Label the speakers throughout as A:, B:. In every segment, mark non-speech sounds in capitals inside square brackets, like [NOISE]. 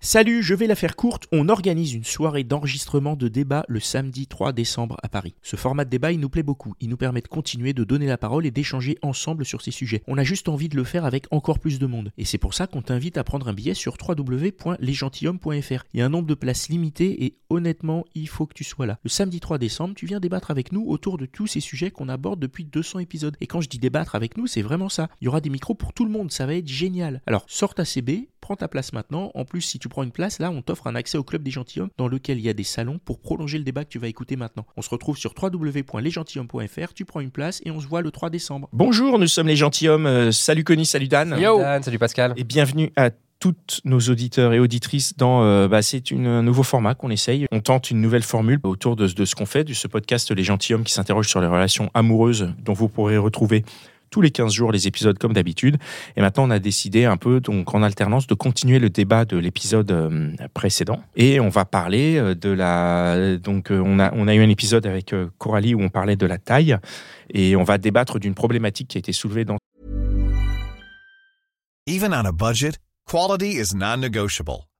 A: Salut, je vais la faire courte. On organise une soirée d'enregistrement de débat le samedi 3 décembre à Paris. Ce format de débat, il nous plaît beaucoup. Il nous permet de continuer de donner la parole et d'échanger ensemble sur ces sujets. On a juste envie de le faire avec encore plus de monde. Et c'est pour ça qu'on t'invite à prendre un billet sur www.lesgentilhommes.fr. Il y a un nombre de places limité et honnêtement, il faut que tu sois là. Le samedi 3 décembre, tu viens débattre avec nous autour de tous ces sujets qu'on aborde depuis 200 épisodes. Et quand je dis débattre avec nous, c'est vraiment ça. Il y aura des micros pour tout le monde, ça va être génial. Alors, sors ta CB, prends ta place maintenant. En plus, si tu prends une place, là, on t'offre un accès au club des gentilshommes dans lequel il y a des salons pour prolonger le débat que tu vas écouter maintenant. On se retrouve sur www.lesgentilhommes.fr, tu prends une place et on se voit le 3 décembre. Bonjour, nous sommes les gentilshommes. Euh, salut Connie, salut Dan.
B: Yo.
C: Dan, salut Pascal.
A: Et bienvenue à toutes nos auditeurs et auditrices dans euh, bah, c'est une- un nouveau format qu'on essaye. On tente une nouvelle formule autour de, de ce qu'on fait, de ce podcast Les gentilshommes qui s'interrogent sur les relations amoureuses dont vous pourrez retrouver tous les 15 jours les épisodes comme d'habitude. Et maintenant, on a décidé un peu, donc en alternance, de continuer le débat de l'épisode euh, précédent. Et on va parler euh, de la... Donc, euh, on a, on a eu un épisode avec euh, Coralie où on parlait de la taille. Et on va débattre d'une problématique qui a été soulevée dans
D: Even on a budget, quality is non-negotiable.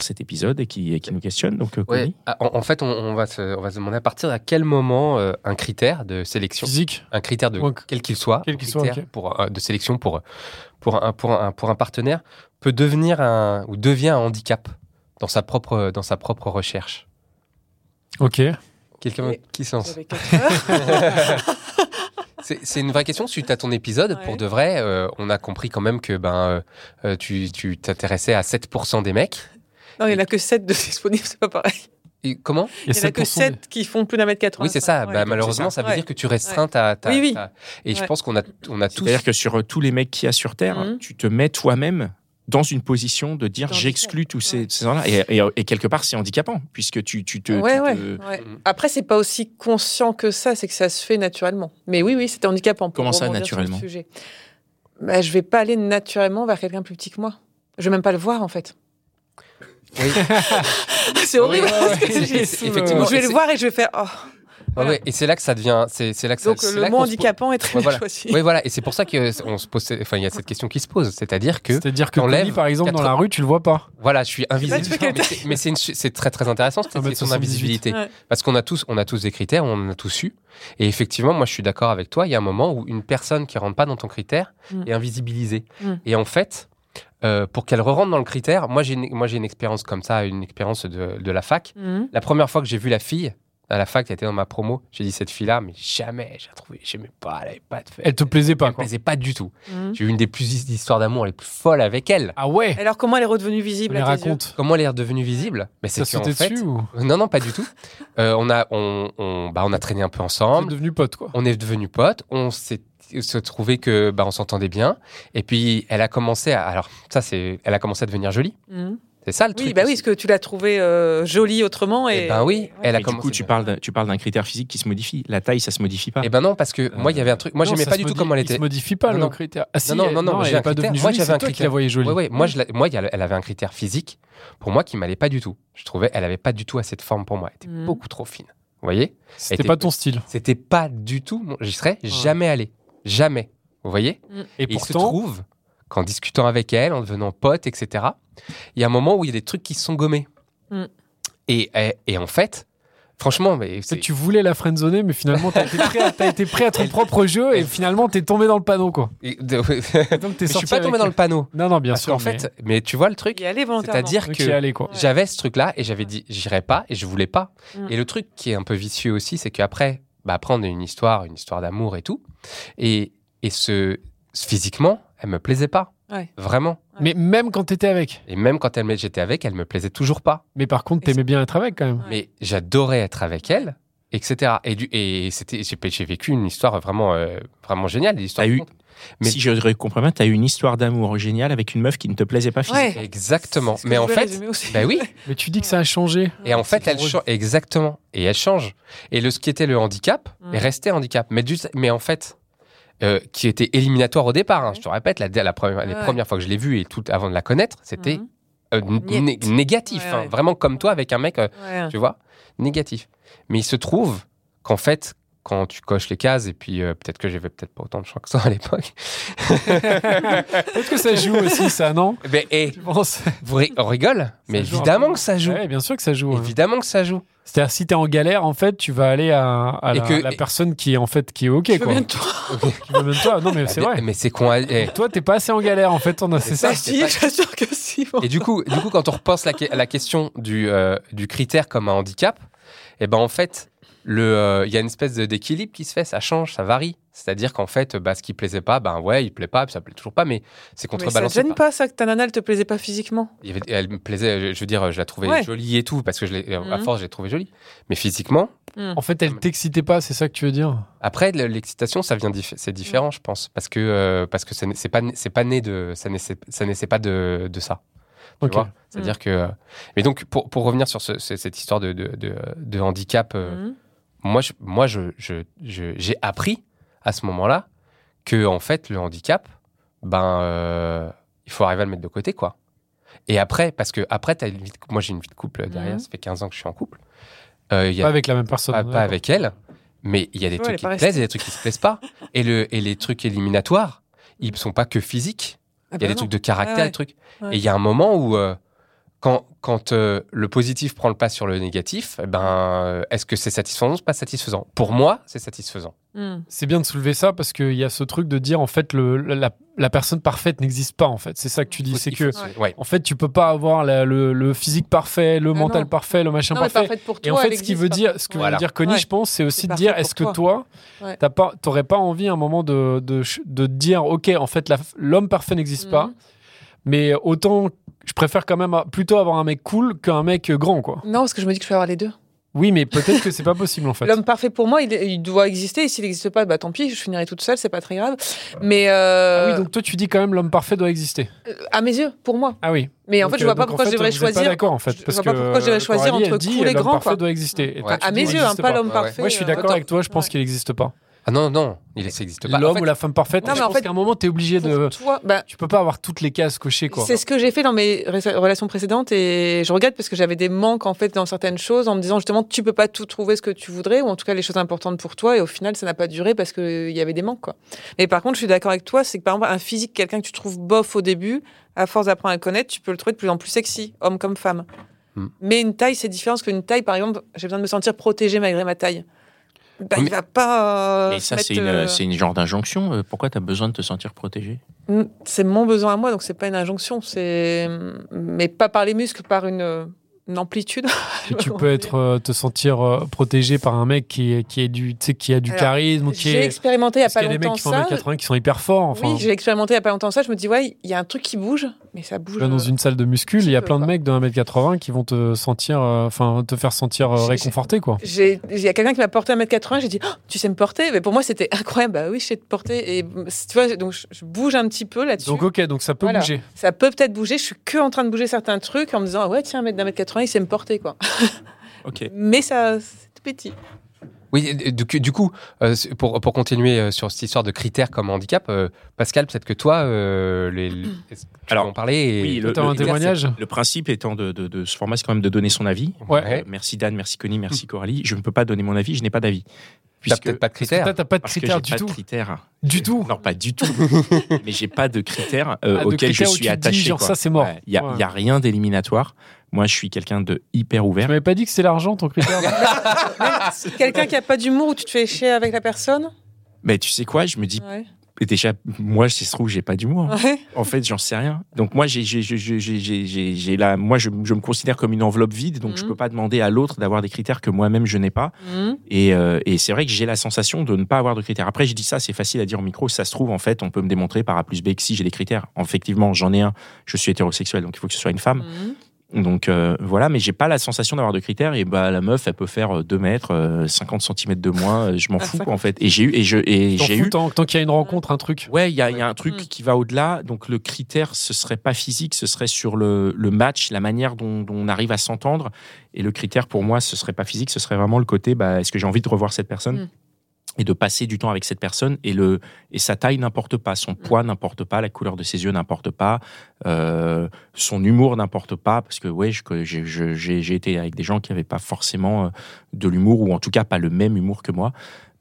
A: cet épisode et qui, et qui nous questionne. Donc, euh,
C: Ouais,
A: Connie
C: ah, en, en fait, on, on va se, on va se demander à partir à quel moment euh, un critère de sélection,
B: Physique.
C: un critère de
B: Ouais.
C: quel qu'il soit,
B: Quel
C: un
B: qu'il soit,
C: critère
B: ok.
C: pour, euh, de sélection pour, pour, un, pour, un, pour un partenaire peut devenir un, ou devient un handicap dans sa propre, dans sa propre recherche.
B: Ok.
C: Quelqu'un
E: Et-
C: qui sens
E: J'avais quatre
C: [LAUGHS]
E: heures.
C: C'est c'est une vraie question. Suite à ton épisode,
E: Ouais.
C: pour de vrai, euh, on a compris quand même que ben, euh, euh, tu tu t'intéressais à 7% des mecs.
E: non, il n'y en a que 7 de disponibles, c'est pas pareil.
C: Et comment
B: Il y a
E: Il n'y en a
B: 7%
E: que 7 qui font plus d'un mètre 80.
C: Oui, c'est ça. Bah, malheureusement, ça veut dire que tu restreins ta, ta-
E: Oui, oui.
C: ta- Et je
E: Ouais.
C: pense qu'on a, on a tous.
A: C'est-à-dire que sur euh, tous les mecs qu'il y a sur Terre,
E: Mhm.
A: tu te mets toi-même dans une position de dire
E: Dans
A: j'exclus tous ces,
E: ouais.
A: ces gens-là. Et, et- et quelque part, c'est handicapant, puisque tu, tu te.
E: Ouais,
A: tu
E: ouais,
A: te-
E: ouais.
C: Mm.
E: Après, c'est pas aussi conscient que ça, c'est que ça se fait naturellement. Mais oui, oui, c'était handicapant. hein, pour
A: Comment ça,
E: rebondir sur le
A: naturellement
E: sujet. bah, Je vais pas aller naturellement vers quelqu'un plus petit que moi. Je vais même pas le voir, en fait.
C: Oui.
E: [LAUGHS] c'est horrible.
C: Oui, ouais, ouais.
E: ce que je
C: [LAUGHS]
E: dis.
C: Effectivement.
E: Donc, je vais
C: Et
E: le
C: c'est-
E: voir et je vais faire. oh.
C: Ah Ouais, ouais, Et c'est là que ça devient. C'est c'est là que ça-
E: Donc,
C: c'est
E: le
C: là
E: mot
C: qu'on se pose-
E: handicapant est très
C: Ouais,
E: bien
C: voilà.
E: choisi.
C: Oui, voilà. Et c'est pour ça qu'on se pose. Enfin, il y a cette question qui se pose. C'est-à-dire que.
B: C'est-à-dire que
C: t'enlèves
B: Connie, par exemple, dans la
C: 80.
B: rue, tu le vois pas.
C: Voilà, je suis
E: pas,
C: invisible.
E: tu fais Ah, quelle
C: Mais c'est- Mais c'est une su- c'est très très intéressant cette
B: Un mètre
C: question
B: 78.
C: d'invisibilité.
E: Ouais.
C: Parce qu'on a tous, on a tous des critères, on en a tous eu. Et effectivement, moi, je suis d'accord avec toi. Il y a un moment où une personne qui rentre pas dans ton critère
E: Mm.
C: est invisibilisée.
E: Mm.
C: Et en fait, euh, pour qu'elle re-rentre dans le critère, moi, j'ai une, moi, j'ai une expérience comme ça, une expérience de, de la fac.
E: Mhm.
C: La première fois que j'ai vu la fille à la fac, elle était dans ma promo. J'ai dit cette fille-là, mais jamais, j'ai trouvé, j'aimais pas, elle avait pas de
B: Elle te Mmh. plaisait pas,
C: elle me
B: quoi.
C: plaisait pas du tout.
E: Mhm.
C: J'ai eu une des plus histoires d'amour les plus folles avec elle.
B: Ah ouais
E: Alors, comment elle est redevenue visible
B: Mais
E: à tes yeux
B: raconte.
C: Comment elle est redevenue visible Mais
B: Ça
C: qu'en
B: sautait dessus ou
C: non, non, pas du
B: [LAUGHS]
C: tout. Euh, on, a, on, on- bah, on a traîné un peu
B: T'es
C: ensemble.
B: devenu pote, quoi.
C: On est devenus potes. On s'est se trouvait que bah, on s'entendait bien. Et puis, elle a commencé à. Alors, ça, c'est. Elle a commencé à devenir jolie.
E: Mhm.
C: C'est ça le truc.
E: Oui, bah oui,
C: aussi.
E: parce que tu l'as trouvée euh, jolie autrement. Et...
C: Eh ben oui,
E: Ouais.
C: elle a
A: Et du
C: commencé.
A: coup, tu parles, d'un- tu parles d'un critère physique qui se modifie. La taille, ça se modifie pas.
C: Eh ben non, parce que moi, il y avait un truc. Moi,
B: Euh, Non,
C: j'aimais
B: ça
C: pas
B: se
C: du tout
B: modi-
C: comment elle
B: Il
C: était.
B: se modifie pas,
C: Non,
B: le
C: non.
B: critère. Ah si,
C: Non, non,
B: elle-
C: non, moi, j'ai
B: elle est
C: un
B: pas
C: critère.
B: devenue
C: Moi,
B: jolie,
C: j'avais
B: c'est
C: un
B: toi qui
C: critère.
B: la voyais jolie.
C: Ouais, ouais, moi, je la- moi, il y a- elle avait un critère physique pour moi qui m'allait pas du tout. Je trouvais, elle avait pas du tout assez de forme pour moi. Elle était
B: Mmh.
E: Mhm.
C: beaucoup trop fine. Vous voyez
B: C'était
C: était-
B: pas ton style.
C: C'était pas du tout. mon- J'y serais jamais allé. Jamais. Vous voyez
B: Et
C: Et il se
B: pourtant,
C: trouve qu'en discutant avec elle, en devenant pote, etc., il y a un moment où il y a des trucs qui se sont gommés.
B: Mmh.
E: Mm.
C: Et, et, et en fait, franchement, mais c'est- [LAUGHS]
B: tu voulais la friendzoner, mais finalement, t'as été prêt à- t'as été prêt à ton propre jeu et finalement, t'es tombé dans le panneau, quoi.
C: et- de- Mais
B: Donc, t'es
C: je suis
B: sorti
C: pas tombé
B: avec-
C: dans le panneau.
B: Non, non, bien
C: Parce
B: sûr.
C: qu'en fait, mais tu vois le truc,
E: y aller volontairement.
C: c'est-à-dire
B: Ok,
C: que
B: allez, quoi.
E: Ouais.
C: j'avais ce truc-là et j'avais
E: Ouais.
C: dit j'irai pas et je voulais pas.
E: Mm.
C: Et le truc qui est un peu vicieux aussi, c'est qu'après, bah, après, on a une histoire, une histoire d'amour et tout. Et, et ce, physiquement, elle me plaisait pas.
E: Ouais.
C: Vraiment.
B: Mais même quand t'étais avec.
C: Et même quand elle me- j'étais avec, elle me plaisait toujours pas.
B: Mais par contre, t'aimais bien être avec, quand même.
E: Ouais.
C: mais j'adorais être avec elle, etc. Et, du- et c'était, j'ai, j'ai vécu une histoire vraiment, euh, vraiment géniale. des histoires
A: T'as eu-
E: [LAUGHS]
C: marquantes. Mais-
A: Si je comprends bien, t'as eu une histoire d'amour géniale avec une meuf qui ne te plaisait pas physiquement.
E: Ouais.
C: Exactement.
E: C'est ce que
C: Mais
E: je
C: en
E: voulais
C: fait,
E: résumer aussi.
C: bah oui.
B: Mais tu dis que ça a changé.
C: Et en fait,
B: c'est
C: elle
B: drôle.
C: change. Exactement. Et elle change. Et le, ce qui était le handicap
E: Mm.
C: est resté handicap. Mais, du- mais en fait, euh, qui était éliminatoire au départ, hein, je te répète, la, la première, les
E: Ouais.
C: premières fois que je l'ai vue et tout avant de la connaître, c'était
E: Mhm.
C: euh, né-
E: Niet.
C: négatif.
E: Ouais,
C: hein.
E: ouais.
C: vraiment comme toi avec un mec, euh,
E: Ouais.
C: tu vois, négatif. Mais il se trouve qu'en fait, quand tu coches les cases, et puis euh, peut-être que j'avais peut-être pas autant de choix que ça à l'époque, [LAUGHS]
B: Est-ce que ça joue aussi, ça, non
C: ben, eh,
B: Tu penses
C: vous ri- on rigole, mais
B: joue un
C: évidemment
B: peu.
C: que ça joue.
B: Ouais, bien sûr que ça joue. hein.
C: Évidemment que ça joue.
B: C'est-à-dire, si t'es en galère, en fait, tu vas aller à, à
C: Et
B: la,
C: que-
B: la personne qui est en fait qui est ok,
E: Je veux
B: quoi.
E: bien de toi.
B: Tu veux même toi. Non, mais c'est
C: Ah,
B: vrai.
C: Mais c'est con. à- eh.
B: Toi, t'es pas assez en galère, en fait. on a- C'est ça.
E: Bah si, [LAUGHS] je t'assure que si. bon.
C: Et du coup, du coup, quand on repense la, que- la question du, euh, du critère comme un handicap, eh ben en fait, le, euh, il y a une espèce de- d'équilibre qui se fait, ça change, ça varie. C'est-à-dire qu'en fait, bah, ce qui plaisait pas, ben ouais, il plaît pas, puis ça plaît toujours pas, mais c'est
E: Mais ça te
C: contrebalancé.
E: gêne
C: par-
E: pas ça que ta nana elle te plaisait pas physiquement
C: Il y avait- elle me plaisait, je, je veux dire, je la trouvais
E: Ouais.
C: jolie et tout, parce que je l'ai- euh, à
E: Mhm.
C: force, j'ai trouvé jolie. Mais physiquement,
E: Hmm.
B: En fait,
C: Ah,
B: elle t'excitait pas, c'est ça que tu veux dire
C: après, le- l'excitation, ça vient, diff- c'est différent, je pense, parce que euh, parce que ça n'est- c'est pas, c'est pas né de, ça naissait, ça naissait pas de, de ça. Tu
B: Ok.
C: vois C'est-à-dire que. euh, Mais donc, pour, pour revenir sur ce- ce- cette histoire de, de, de- de handicap, euh,
E: Mhm.
C: moi, je- moi je, je- je- j'ai appris à ce moment-là que, en fait, le handicap, ben, euh, il faut arriver à le mettre de côté, quoi. Et après, parce que après, t'as une vie de cou- moi, j'ai une vie de couple euh, derrière,
E: Mhm.
C: ça fait 15 ans que je suis en couple. Euh, il y a-
B: Pas avec la même personne.
C: pas,
B: ouais.
C: pas avec elle, mais il y a des
E: Ouais, elle
C: trucs
E: est
C: qui
E: pas
C: te
E: restée.
C: plaisent et des trucs qui se plaisent pas. Et, le, et les trucs éliminatoires, ils ne sont pas que physiques. Il y
E: Ah
C: a
E: bah
C: des
E: non.
C: trucs de caractère,
E: Ouais, ouais.
C: des trucs.
E: Ouais.
C: Et il y a un moment où, euh, quand, quand euh, le positif prend le pas sur le négatif, eh ben, euh, est-ce que c'est satisfaisant ou c'est pas satisfaisant Pour moi, c'est satisfaisant.
E: Mhm.
B: C'est bien de soulever ça parce qu'il y a ce truc de dire en fait le, la, la personne parfaite n'existe pas en fait. C'est ça que tu dis,
C: Il
B: c'est
C: faut-
B: que
C: il faut se- ouais.
B: en fait tu peux pas avoir la- le, le physique parfait, le
E: Ah
B: mental
E: non.
B: parfait, le machin
E: Non, mais
B: parfait.
E: parfaite pour toi.
B: Et en fait,
E: elle
B: ce qui
E: existe
B: veut
E: pas.
B: dire, ce que
C: Voilà.
B: veut dire Connie,
E: Ouais.
B: je pense, c'est aussi
E: C'est
B: de dire
E: parfait
B: est-ce que
E: pour
B: toi,
E: Ouais.
B: t'as pas, t'aurais pas envie à un moment de, de, ch- de te dire ok, en fait, la- l'homme parfait n'existe pas,
E: Mhm.
B: mais autant je préfère quand même a- plutôt avoir un mec cool qu'un mec euh, grand quoi.
E: Non, parce que je me dis que je peux avoir les deux.
B: Oui, mais peut-être que c'est pas possible [LAUGHS] en fait.
E: L'homme parfait pour moi, il, il doit exister. Et s'il n'existe pas, bah tant pis, je finirai toute seule, c'est pas très grave. Mais euh,
B: Ah oui, donc toi tu dis quand même l'homme parfait doit exister.
E: euh, à mes yeux, pour moi.
B: Ah oui.
E: Mais en
B: Donc,
E: fait, je vois
B: euh,
E: pas
B: donc,
E: pourquoi
B: en
E: je
B: fait,
E: devrais
B: vous êtes
E: choisir.
B: Pas d'accord en fait.
E: Je
B: parce
E: vois pas
B: que,
E: pourquoi je devrais
B: euh,
E: choisir
B: Coralie,
E: entre
B: elle dit,
E: cool et
B: l'homme
E: grand,
B: parfait
E: quoi.
B: doit exister. Ah, Et toi,
C: Ouais.
B: tu
E: À
B: dis,
E: mes
B: il
E: yeux, hein,
B: existe
E: pas
B: pas.
E: l'homme
C: Ouais,
E: parfait.
B: Moi, je suis
E: euh,
B: d'accord avec toi. Je pense
E: ouais.
B: qu'il n'existe pas.
C: Ah non, non, il n'existe pas. En
B: L'homme
C: fait,
B: ou la femme parfaite.
E: Non,
B: je
E: mais en
B: pense
E: fait,
B: qu'à un moment, t'es obligé
E: Pour
B: de.
E: toi, bah,
B: Tu peux pas avoir toutes les cases cochées quoi.
E: C'est ce que j'ai fait dans mes re- relations précédentes et je regrette parce que j'avais des manques en fait dans certaines choses en me disant justement tu peux pas tout trouver ce que tu voudrais ou en tout cas les choses importantes pour toi et au final ça n'a pas duré parce que il y avait des manques quoi. Mais par contre je suis d'accord avec toi c'est que par exemple un physique quelqu'un que tu trouves bof au début à force d'apprendre à le connaître tu peux le trouver de plus en plus sexy homme comme femme.
C: Hmm.
E: Mais une taille c'est différent parce qu'une taille par exemple j'ai besoin de me sentir protégée malgré ma taille. Bah,
C: Mais-
E: il va pas. euh,
A: Mais ça,
E: mettre,
A: c'est une,
E: euh,
A: c'est une genre d'injonction. euh, Pourquoi t'as besoin de te sentir protégé
E: Mm, C'est mon besoin à moi, donc c'est pas une injonction, c'est mais pas par les muscles, par une, euh, une amplitude.
B: Et tu peux être euh, te sentir euh, protégé par un mec qui est, qui est du tu sais, qui a du
E: Alors,
B: charisme ou
E: [LAUGHS]
B: qui
E: J'ai
B: est
E: expérimenté il y a
B: parce
E: pas
B: qu'il y a des mecs
E: longtemps
B: qui font
E: ça.
B: 1m80 qui sont hyper forts enfin
E: Oui, j'ai expérimenté il y a pas longtemps ça. Je me dis ouais, il y a un truc qui bouge, mais ça
B: tu
E: bouge.
B: vas dans
E: euh,
B: une salle de muscule,
E: je
B: il y a
E: peux
B: plein de
E: pas.
B: mecs de 1m80 qui vont te sentir euh, enfin te faire sentir euh,
E: J'ai- j'ai-
B: réconforté quoi.
E: J'ai- Il y a quelqu'un qui m'a porté 1m80, j'ai dit Oh, Tu sais me porter Mais pour moi, c'était incroyable. Bah oui, je sais te porter. Et mm, tu vois, donc je, je bouge un petit peu là-dessus.
B: Donc OK, donc ça peut
E: Voilà.
B: bouger.
E: Ça peut peut-être bouger. Je suis que en train de bouger certains trucs en me disant Ah Ouais, tiens, un mec d'un mètre 80, il sait me porter. quoi.
A: Ok.
E: Mais ça, c'est tout petit.
C: Oui, et du, coup- du coup, euh, c'est- pour, pour continuer euh, sur cette histoire de critères comme handicap, euh, Pascal, peut-être que toi, euh, les, les- est-ce que tu
A: Alors,
C: peux en parler et-
A: oui, le-
B: T'as un
A: le-
B: témoignage
A: Le principe étant de, de, de ce format, c'est quand même de donner son avis.
B: Ouais.
A: Euh, merci Dan, merci Connie, merci Coralie. Je ne peux pas donner mon avis, je n'ai pas d'avis.
C: T'as
A: Puisque-
C: peut-être pas de
B: Parce que
C: critères.
B: toi, t'as pas de
A: parce que
B: critères
A: j'ai
B: du
A: pas
B: tout.
A: de critères.
B: Du tout.
A: Non, pas du tout. Mais j'ai pas de critères euh,
B: Ah, de
A: auxquels
B: critères
A: je
B: où
A: suis
B: tu te dis,
A: attaché.
B: genre,
A: quoi.
B: ça, c'est mort.
A: Ouais, Il n'y a,
B: Ouais.
A: il y a rien d'éliminatoire. Moi, je suis quelqu'un de hyper
B: Tu
A: ouvert.
B: m'avais pas dit que c'est l'argent ton critère.
E: Quelqu'un qui a pas d'humour où tu te fais chier avec la personne
A: Mais tu sais quoi Je me dis,
E: Ouais.
A: déjà, moi, si ça se trouve, j'ai pas d'humour.
E: Ouais.
A: En fait, j'en sais rien. Donc moi, j'ai, j'ai, j'ai, j'ai, j'ai- j'ai- j'ai la- moi, je, je me considère comme une enveloppe vide, donc je
E: Mhm.
A: peux pas demander à l'autre d'avoir des critères que moi-même je n'ai pas.
E: Mhm.
A: Et, euh, et c'est vrai que j'ai la sensation de ne pas avoir de critères. Après, je dis ça, c'est facile à dire en micro. Ça se trouve, en fait, on peut me démontrer par A plus B que si j'ai des critères. Effectivement, j'en ai un. Je suis hétérosexuel, donc il faut que ce soit une femme.
E: Mhm.
F: Donc euh, voilà, mais j'ai pas la sensation d'avoir de critères. Et bah la meuf, elle peut faire euh, 2 mètres, euh, 50 cm de moins, euh, je m'en
E: Ah,
F: fous
E: ça.
F: quoi, en fait. Et j'ai eu et je et
B: T'en
F: [LAUGHS] j'ai
B: fous
F: eu.
B: tant, tant qu'il y a une rencontre, un truc.
F: Ouais, il y a, il y a un truc
E: Mm.
F: qui va au-delà. Donc le critère, ce serait pas physique, ce serait sur le, le match, la manière dont, dont on arrive à s'entendre. Et le critère pour moi, ce serait pas physique, ce serait vraiment le côté, bah, est-ce que j'ai envie de revoir cette personne
E: Mm.
F: et de passer du temps avec cette personne et le et sa taille n'importe pas, son poids n'importe pas, la couleur de ses yeux n'importe pas, euh, son humour n'importe pas parce que ouais, je- que j'ai je- j'ai- j'ai été avec des gens qui n'avaient pas forcément euh, de l'humour ou en tout cas pas le même humour que moi.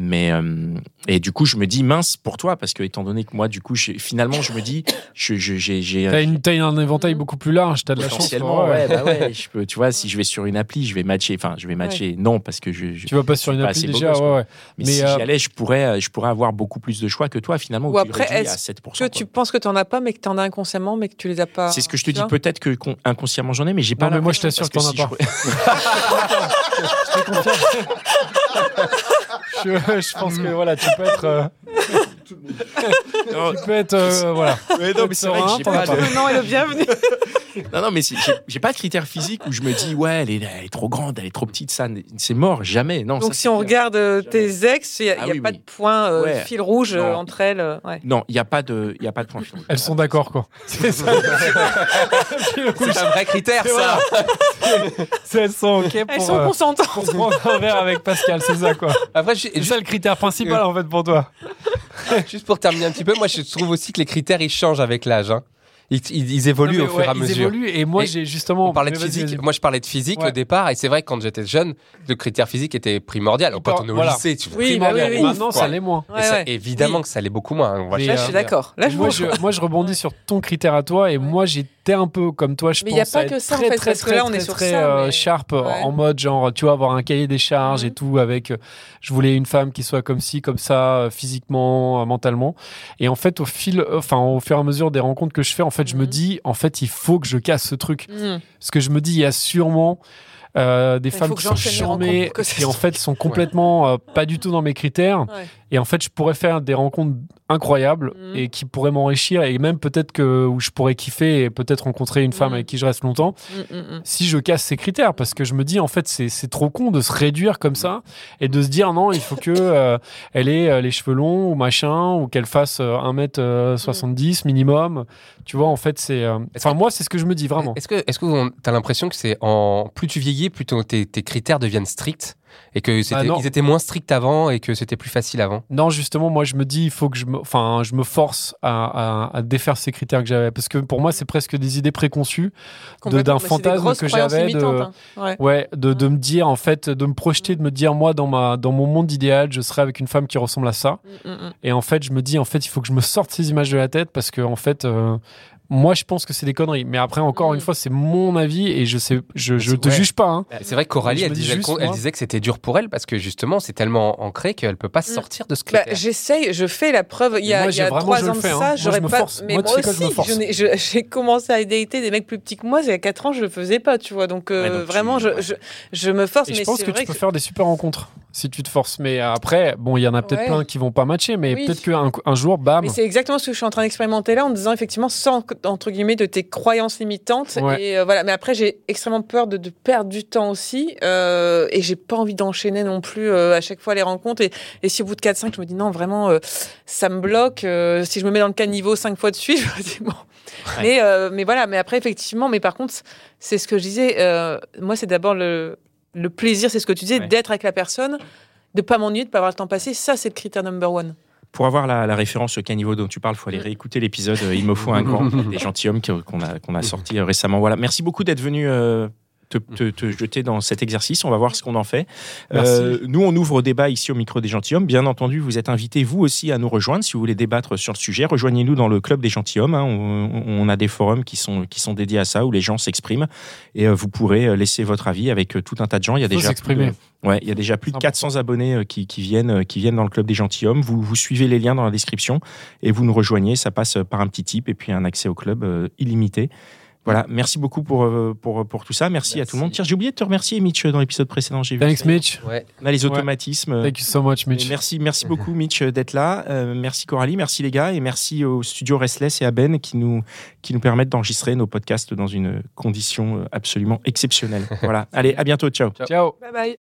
F: Mais euh, et du coup, je me dis mince pour toi parce que étant donné que moi, du coup, j'ai- finalement, je me dis, je- je- j'ai j'ai-
B: T'as une, t'as une- un éventail
E: Mhm.
B: beaucoup plus large, t'as de la chance.
F: potentiellement,
B: ouais.
F: ouais, bah ouais, je peux, tu vois,
E: Mm.
F: si je vais sur une appli, je vais matcher, enfin, je vais matcher, non, parce que je, je-
B: Tu vas pas sur une
F: pas
B: appli
F: assez beau
B: déjà,
F: gosse,
B: ouais,
F: quoi.
B: ouais.
F: mais,
B: mais,
F: si
B: euh,
F: j'y allais, je pourrais, euh, je pourrais avoir beaucoup plus de choix que toi finalement.
E: Ou
F: où tu le
E: après,
F: réduis à
E: est-ce
F: 7%,
E: Que tu penses que t'en as pas, mais que t'en as inconsciemment, mais que tu les as pas.
F: quoi. C'est ce que je te
E: tu
F: dis,
E: vois
F: peut-être que con- inconsciemment j'en ai, mais j'ai pas.
B: Non, mais moi, je
F: l'impression, parce
B: t'assure que t'en as
F: si je-
B: je, je pense que voilà, tu peux être, euh,
F: Non,
B: tu peux être, euh, voilà.
F: mais non, mais c'est vrai que j'ai
B: T'en as
F: pas
B: pas.
F: de-
E: Le nom est le bienvenu.
F: [LAUGHS] Non, non, mais c'est- j'ai j'ai pas de critères physiques où je me dis, ouais, elle est, elle est trop grande, elle est trop petite, ça, c'est mort, jamais. Non,
E: Donc
F: ça,
E: si
F: c'est
E: on
F: clair.
E: regarde euh, tes ex, il n'y a,
F: Ah
E: il y a
F: oui,
E: pas
F: oui.
E: de point euh,
F: Ouais.
E: fil rouge euh,
F: Non.
E: entre elles. euh, ouais.
F: Non, il n'y a pas de, il y a pas de point. final.
B: Elles sont d'accord, quoi. C'est ça.
C: C'est un vrai critère,
B: C'est
C: ça.
B: C'est- elles sont ok
E: Elles
B: pour,
E: sont
B: euh,
E: consentantes.
B: pour se prendre un verre avec Pascal, c'est ça, quoi.
C: Après, ju-
B: C'est
C: juste,
B: ça le critère principal, en fait, pour toi.
C: juste pour terminer un petit peu, moi, je trouve aussi que les critères, ils changent avec l'âge. hein. Ils, ils- ils évoluent
B: Non,
C: au
B: mais
C: fur
B: ouais,
C: et à
B: ils
C: mesure.
B: évoluent, et moi,
C: Et
B: j'ai justement.
C: On parlait de
B: Mais vas-y,
C: physique.
B: vas-y.
C: Moi, je parlais de physique
B: Ouais.
C: au départ, et c'est vrai que quand j'étais jeune, le critère physique était primordial.
B: Il
C: Quand
B: part-
C: on est au
B: voilà.
C: lycée, tu
E: Oui,
B: Primordial.
E: bah oui, oui.
B: Et Maintenant,
C: Ouf,
B: ça
C: quoi.
B: l'est moins.
C: Et
E: Ouais,
C: ça,
E: ouais.
C: Évidemment que ça l'est beaucoup moins. hein. On va
B: Mais,
E: Là,
C: chercher.
E: je suis d'accord. Là,
B: Et
E: je
B: moi,
E: vous
B: je, moi, je rebondis sur ton critère à toi, et moi, j'étais un peu comme toi, je
E: Mais
B: pense.
E: il y a pas
B: à
E: que
B: être
E: ça, en
B: très,
E: fait,
B: très,
E: parce que
B: très,
E: là, on est
B: très,
E: sur
B: très,
E: ça,
B: euh,
E: mais-
B: sharp,
E: Ouais.
B: en mode, genre, tu vois, avoir un cahier des charges et
E: Mhm.
B: tout, avec, euh, je voulais une femme qui soit comme ci, comme ça, euh, physiquement, euh, mentalement. Et en fait, au fil, enfin, au fur et à mesure des rencontres que je fais, en fait, je me
E: Mhm.
B: dis, en fait, il faut que je casse ce truc.
E: Mmh.
B: Parce que je me dis, il y a sûrement euh, des
E: faut
B: femmes
E: que
B: qui sont
E: j'enchaîne les rencontres
B: charmées,
E: pour que ça [LAUGHS]
B: qui
E: se
B: en fait sont complètement euh, pas du tout dans mes critères.
E: Ouais.
B: Et en fait, je pourrais faire des rencontres incroyables
E: Mhm.
B: et qui pourraient m'enrichir et même peut-être que où je pourrais kiffer et peut-être rencontrer une femme
E: Mhm.
B: avec qui je reste longtemps
E: Mmh, mmh, mmh.
B: si je casse ces critères parce que je me dis en fait c'est c'est trop con de se réduire comme ça et de se dire non il
E: [LAUGHS]
B: faut que euh, elle ait euh, les cheveux longs ou machin ou qu'elle fasse euh,
E: Mm.
B: 1m70 minimum tu vois en fait c'est euh,
C: Est-ce
B: enfin moi c'est ce que je me dis vraiment
C: Est-ce que, est-ce que on- t'as l'impression que c'est en plus tu vieillis, plus ton- tes, tes critères deviennent stricts et que c'était-
B: Ah non.
C: ils étaient moins stricts avant et que c'était plus facile avant.
B: Non, justement, moi, je me dis, il faut que je me, enfin, je me force à, à- à défaire ces critères que j'avais. Parce que pour moi, c'est presque des idées préconçues.
E: Complètement.
B: d'un
E: Mais c'est des
B: fantasme
E: grosses
B: que
E: croyances
B: j'avais de-
E: limitantes, hein. Ouais.
B: Ouais, de, de me dire, en fait, de me projeter, de me dire, moi, dans, ma, dans mon monde idéal, je serais avec une femme qui ressemble à ça.
E: Mmh, mmh, mmh.
B: Et en fait, je me dis, en fait, il faut que je me sorte ces images de la tête parce que, en fait, euh, moi, je pense que c'est des conneries. Mais après, encore
E: Mm.
B: une fois, c'est mon avis et je sais, je, je
C: c'est-
B: te
C: ouais.
B: juge pas. hein.
C: Bah, C'est vrai qu'Aurélie,
B: Je
C: elle,
B: me dis
C: disait le
B: juste,
C: con- elle
B: moi-
C: disait que c'était dur pour elle parce que justement, c'est tellement ancré qu'elle peut pas
E: Mm.
C: sortir de ce
E: Bah,
C: critère.
E: J'essaye, je fais la preuve. Il y
B: Mais
E: a,
B: moi,
E: il y a
B: j'ai vraiment- je
E: trois
B: le
E: ans de
B: fais, hein. Moi,
E: ça, j'aurais
B: je me
E: pas.
B: force.
E: Mais moi,
B: Moi, tu sais quoi, je me
E: aussi,
B: force.
E: je n'ai- je- j'ai commencé à dater des mecs plus petits que moi. Il y a quatre ans, je le faisais pas, tu vois. Donc euh,
F: Ouais, donc tu-
E: vraiment, je,
F: ouais.
E: je, je me force.
B: Et
E: mais
B: je pense
E: c'est
B: que
E: vrai
B: tu peux faire des super rencontres si tu te forces. Mais après, bon, il y en a peut-être
E: Ouais.
B: plein qui vont pas matcher, mais
E: Oui.
B: peut-être qu'un un jour, bam.
E: Mais c'est exactement ce que je suis en train d'expérimenter là en disant effectivement sans entre guillemets de tes croyances limitantes
B: Ouais.
E: et euh, voilà mais après j'ai extrêmement peur de, de perdre du temps aussi euh, et j'ai pas envie d'enchaîner non plus euh, à chaque fois les rencontres et, et si au bout de 4 5 je me dis non vraiment euh, ça me bloque euh, si je me mets dans le caniveau 5 fois de suite [LAUGHS] je me dis bon mais euh, mais voilà mais après effectivement mais par contre c'est ce que je disais euh, moi c'est d'abord le le plaisir c'est ce que tu disais
F: Ouais.
E: d'être avec la personne de pas m'ennuyer de pas avoir le temps passé ça c'est le critère number one
F: Pour avoir la, la référence au caniveau dont tu parles, faut aller réécouter l'épisode euh, Il me faut un
B: [LAUGHS]
F: grand des gentilshommes que- qu'on a, qu'on a sorti euh, récemment. Voilà. Merci beaucoup d'être venu euh, te, te- te jeter dans cet exercice. On va voir ce qu'on en fait. Euh, nous, on ouvre au débat ici au micro des gentilshommes. Bien entendu, vous êtes invités, vous aussi, à nous rejoindre si vous voulez débattre sur le sujet. Rejoignez-nous dans le club des gentilshommes. hein. On, on a des forums qui sont, qui sont dédiés à ça, où les gens s'expriment. Et euh, vous pourrez euh, laisser votre avis avec euh, tout un tas de gens. Il y a
B: Faut
F: déjà plus de-
B: s'exprimer.
F: Ouais, il y a déjà plus de 400 abonnés euh, qui, qui viennent, euh, qui viennent dans le club des gentilshommes. Vous, vous suivez les liens dans la description et vous nous rejoignez. Ça passe euh, par un petit tip et puis un accès au club euh, illimité. Voilà, merci beaucoup pour, euh, pour, pour tout ça. Merci, à tout le monde.
C: Merci.
F: Tiens, j'ai oublié de te remercier, Mitch, euh, dans l'épisode précédent. J'ai vu
B: Thanks, Mitch.
C: Ouais.
F: On a les
B: Ouais.
F: automatismes.
B: Thank you so much,
F: Et
B: Mitch.
F: Merci, merci beaucoup Mitch euh, d'être là. Euh, merci Coralie, merci les gars et merci au studio Restless et à Ben qui nous, qui nous permettent d'enregistrer nos
B: [LAUGHS]
F: podcasts dans une condition euh, absolument exceptionnelle. voilà, allez, à bientôt, ciao.
B: Ciao.
E: Bye bye.